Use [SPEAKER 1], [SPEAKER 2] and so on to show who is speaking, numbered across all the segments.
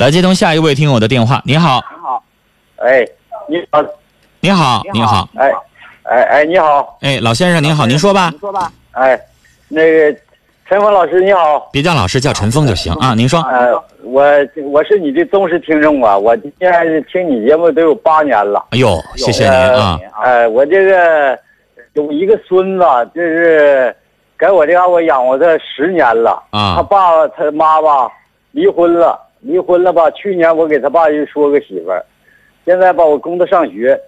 [SPEAKER 1] 来接通下一位听友的电话。你好，
[SPEAKER 2] 哎，你好，
[SPEAKER 1] 你好，你好，
[SPEAKER 2] 哎，哎哎，你好，
[SPEAKER 1] 哎，老先生您好，您说吧，
[SPEAKER 2] 说吧，哎，那个陈峰老师你好，
[SPEAKER 1] 别叫老师，叫陈峰就行啊。您说，
[SPEAKER 2] 呃，我我是你的忠实听众啊，我今天听你节目都有八年了，
[SPEAKER 1] 哎呦，谢谢您啊，
[SPEAKER 2] 哎，我这个有一个孙子，就是在我这嘎我养活他十年了，他
[SPEAKER 1] 啊
[SPEAKER 2] 爸爸他妈吧离婚了，离婚了吧，去年我给他爸又说个媳妇儿，现在吧我供他上学，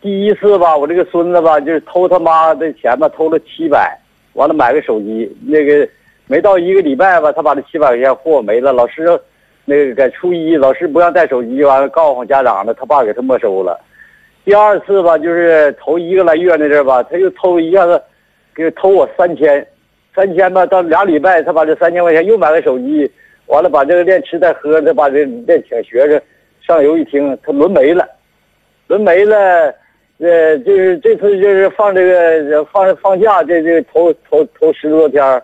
[SPEAKER 2] 第一次吧我这个孙子吧就是偷他妈的钱吧，偷了七百，完了买个手机，那个没到一个礼拜吧，他把这七百块钱货没了，老师。那个在初一，老师不让带手机，完了告诉家长了，他爸给他没收了。第二次吧，就是头一个来月那阵儿吧，他又偷一下子，给偷我三千，三千吧，到俩礼拜，他把这三千块钱又买个手机，完了把这个练吃带喝，他把这练请学生上游一听，他轮没了，轮没了，呃，就是这次就是放这个放放假这这头头头十多天儿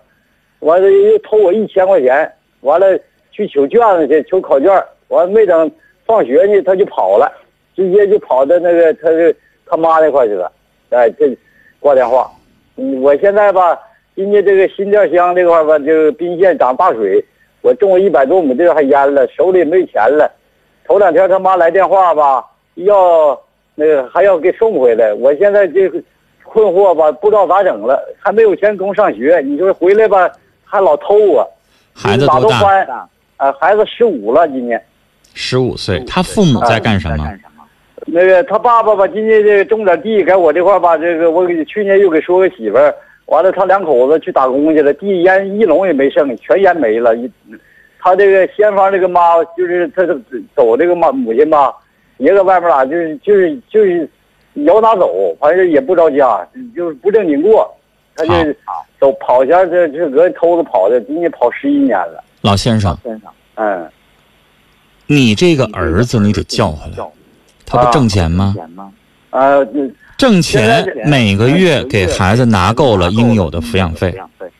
[SPEAKER 2] 完了又偷我一千块钱，完了去求卷子去求考卷儿，完了没等放学呢，他就跑了，直接就跑到那个他的他妈那块去了，哎，这挂电话。嗯，我现在吧，今年这个新店乡这块儿吧，这个宾县涨大水，我种了一百多亩地儿还淹了，手里没钱了。头两天他妈来电话吧，要那个还要给送回来，我现在这个困惑吧，不知道咋整了，还没有钱供上学，你说回来吧，还老偷我。
[SPEAKER 1] 孩子
[SPEAKER 2] 哪
[SPEAKER 1] 多
[SPEAKER 2] 都
[SPEAKER 1] 大？
[SPEAKER 2] 翻，啊，孩子十五了，今年。
[SPEAKER 1] 十五岁，他父母呃在干什么？
[SPEAKER 2] 那个他爸爸吧，今年这个种点地，在我这块儿吧，这个我给去年又给说个媳妇儿，完了他两口子去打工去了，地淹一垄也没剩，全淹没了。一他这个先方这个妈，就是他这走这个妈母亲吧，也搁外面俩就是就是就是摇打走，反正也不着家，就是不正经过，他就走跑下这这搁偷着跑的，今年跑十一年了，
[SPEAKER 1] 老先生，
[SPEAKER 2] 嗯。
[SPEAKER 1] 你这个儿子你得叫回来，他不挣嗯钱吗？
[SPEAKER 2] 啊，
[SPEAKER 1] 挣
[SPEAKER 2] 现在
[SPEAKER 1] 钱
[SPEAKER 2] 这
[SPEAKER 1] 每个月给孩子拿啊够了应有的抚养费，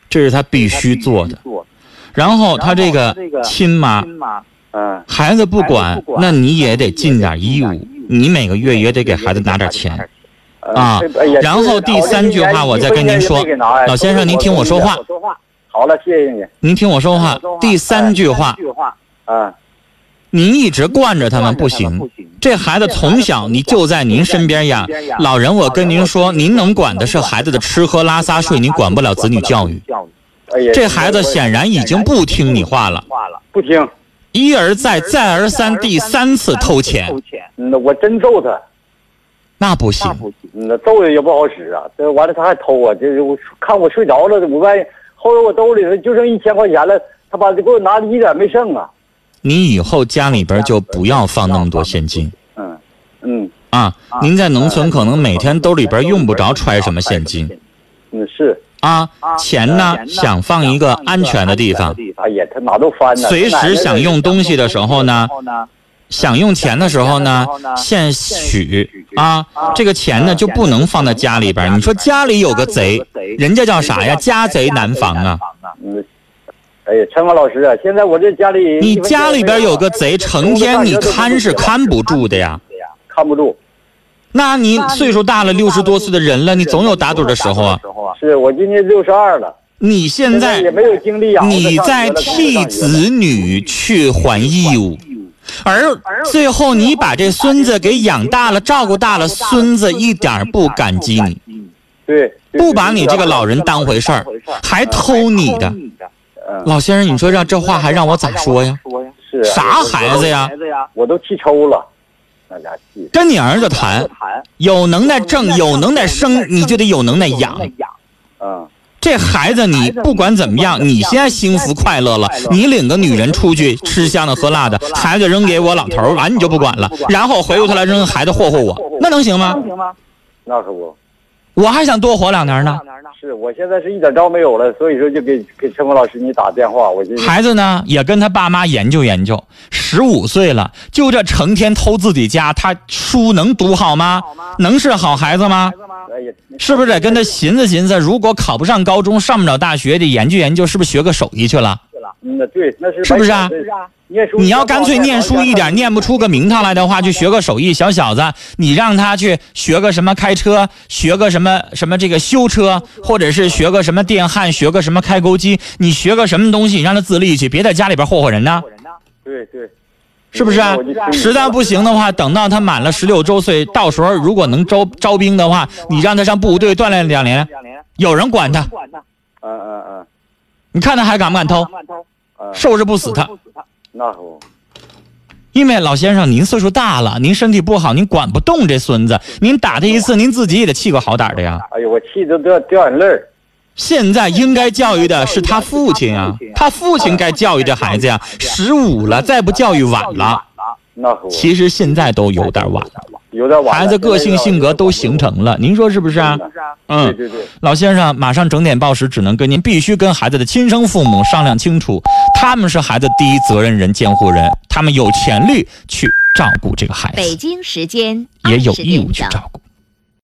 [SPEAKER 1] 这是他必须做的。啊然后他这个亲妈，
[SPEAKER 2] 嗯
[SPEAKER 1] 孩子不管，那你也得尽点义务，你每个月也得给孩子拿点钱。
[SPEAKER 2] 呃
[SPEAKER 1] 啊
[SPEAKER 2] 哎
[SPEAKER 1] 然后第三句话我再跟您说老先生您听我说话
[SPEAKER 2] 好了，谢谢你。
[SPEAKER 1] 您听我说话，啊哎第三句话，
[SPEAKER 2] 嗯，
[SPEAKER 1] 您一直惯着他们不行。这孩子从小你就在您身边养，老人，我跟您说，您能管的是孩子的吃喝拉撒睡，您管不了子女教育。
[SPEAKER 2] 哎呀，
[SPEAKER 1] 这孩子显然已经不听你话了，
[SPEAKER 2] 不听，
[SPEAKER 1] 一而再，再而三，第三次偷钱，
[SPEAKER 2] 那嗯我真揍他，
[SPEAKER 1] 那不行。
[SPEAKER 2] 那揍的也不好使啊。这完了他还偷我，这我看我睡着了，五万，后来我兜里头就剩一千块钱了，他把这给我拿的一点没剩啊。
[SPEAKER 1] 您以后家里边就不要放那么多现金
[SPEAKER 2] 嗯嗯
[SPEAKER 1] 啊！您在农村可能每天兜里边用不着揣什么现金
[SPEAKER 2] 嗯，是，
[SPEAKER 1] 啊，钱呢想放一个安全的地方，
[SPEAKER 2] 哎呀，他哪都翻呢，
[SPEAKER 1] 随时想用东西的时候呢，想用钱的时候呢，现取啊，这个钱呢就不能放在家里边。你说家里有个贼，人家叫啥呀？家贼难防啊！
[SPEAKER 2] 嗯，哎呀，陈芳老师啊，现在我这家里
[SPEAKER 1] 你家里边有个贼，成天你看是看不住的呀。
[SPEAKER 2] 看不住，
[SPEAKER 1] 那你岁数大了，六十多岁的人了，你总有打盹的时候啊。
[SPEAKER 2] 是我今年六十二了，
[SPEAKER 1] 你现
[SPEAKER 2] 也
[SPEAKER 1] 在
[SPEAKER 2] 没有精力养活他
[SPEAKER 1] 你在替子女去还义务，而最后你把这孙子给养大了、照顾大了，孙子一点儿不感激你，
[SPEAKER 2] 对，
[SPEAKER 1] 不把你这个老人当回事儿，呃还偷你的。
[SPEAKER 2] 嗯
[SPEAKER 1] 老先生，你说让这话还让我咋说呀？
[SPEAKER 2] 是啊
[SPEAKER 1] 啥孩子呀？
[SPEAKER 2] 我都气抽了，那俩气
[SPEAKER 1] 跟你儿子谈，有能耐挣，有能耐生，你就得有能耐养。
[SPEAKER 2] 嗯，
[SPEAKER 1] 这孩子，你不管怎么样，你现在幸福快乐了，你领个女人出去吃香的喝辣的，孩子扔给我老头儿，完你就不管了，然后回过头来扔孩子霍霍我，那能行吗？
[SPEAKER 2] 那可不
[SPEAKER 1] 我还想多活两年呢。
[SPEAKER 2] 是，我现在是一点招没有了，所以说就给给陈芳老师你打电话，我就
[SPEAKER 1] 孩子呢，也跟他爸妈研究研究，十五岁了，就这成天偷自己家，他书能读好吗？能是好孩子吗？
[SPEAKER 2] 哎呀，
[SPEAKER 1] 是不是得跟他寻思寻思？如果考不上高中，上不了大学，得研究研究，是不是学个手艺去了？
[SPEAKER 2] 了。嗯，对，那是
[SPEAKER 1] 是不是啊？
[SPEAKER 2] 是啊，念书
[SPEAKER 1] 你要干脆念书一点，念不出个名堂来的话，去学个手艺。小小子，你让他去学个什么开车，学个什么什么这个修车，或者是学个什么电焊，学个什么开钩机，你学个什么东西，你让他自立去，别在家里边霍霍啊人呐，
[SPEAKER 2] 对对，
[SPEAKER 1] 是不是啊？实在不行的话，等到他满了十六周岁，到时候如果能招招兵的话，你让他上部队锻炼两年，有人管他，
[SPEAKER 2] 嗯嗯嗯，
[SPEAKER 1] 你看他还敢不敢偷？
[SPEAKER 2] 嗯，
[SPEAKER 1] 收拾不死他。
[SPEAKER 2] 那可不，
[SPEAKER 1] 因为老先生，您岁数大了，您身体不好，您管不动这孙子。您打他一次，您自己也得气个好歹的呀。
[SPEAKER 2] 哎呦，我气得都要掉眼泪儿。
[SPEAKER 1] 现在应该教育的是他父亲啊，他父亲该教育这孩子呀、十五了，再不教育晚了。
[SPEAKER 2] 那可不，
[SPEAKER 1] 其实现在都有点晚，
[SPEAKER 2] 有点晚了。
[SPEAKER 1] 孩子个性性格都形
[SPEAKER 2] 成。
[SPEAKER 1] 成了，您说是不是啊？
[SPEAKER 2] 对
[SPEAKER 1] 嗯，
[SPEAKER 2] 对对，
[SPEAKER 1] 老先生，马上整点报时只能跟您必须跟孩子的亲生父母商量清楚，他们是孩子第一责任人、监护人，他们有权利去照顾这个孩
[SPEAKER 3] 北
[SPEAKER 1] 子，
[SPEAKER 3] 京时间
[SPEAKER 1] 也有
[SPEAKER 3] 20
[SPEAKER 1] 义务
[SPEAKER 3] 点
[SPEAKER 1] 去
[SPEAKER 3] 整
[SPEAKER 1] 照顾。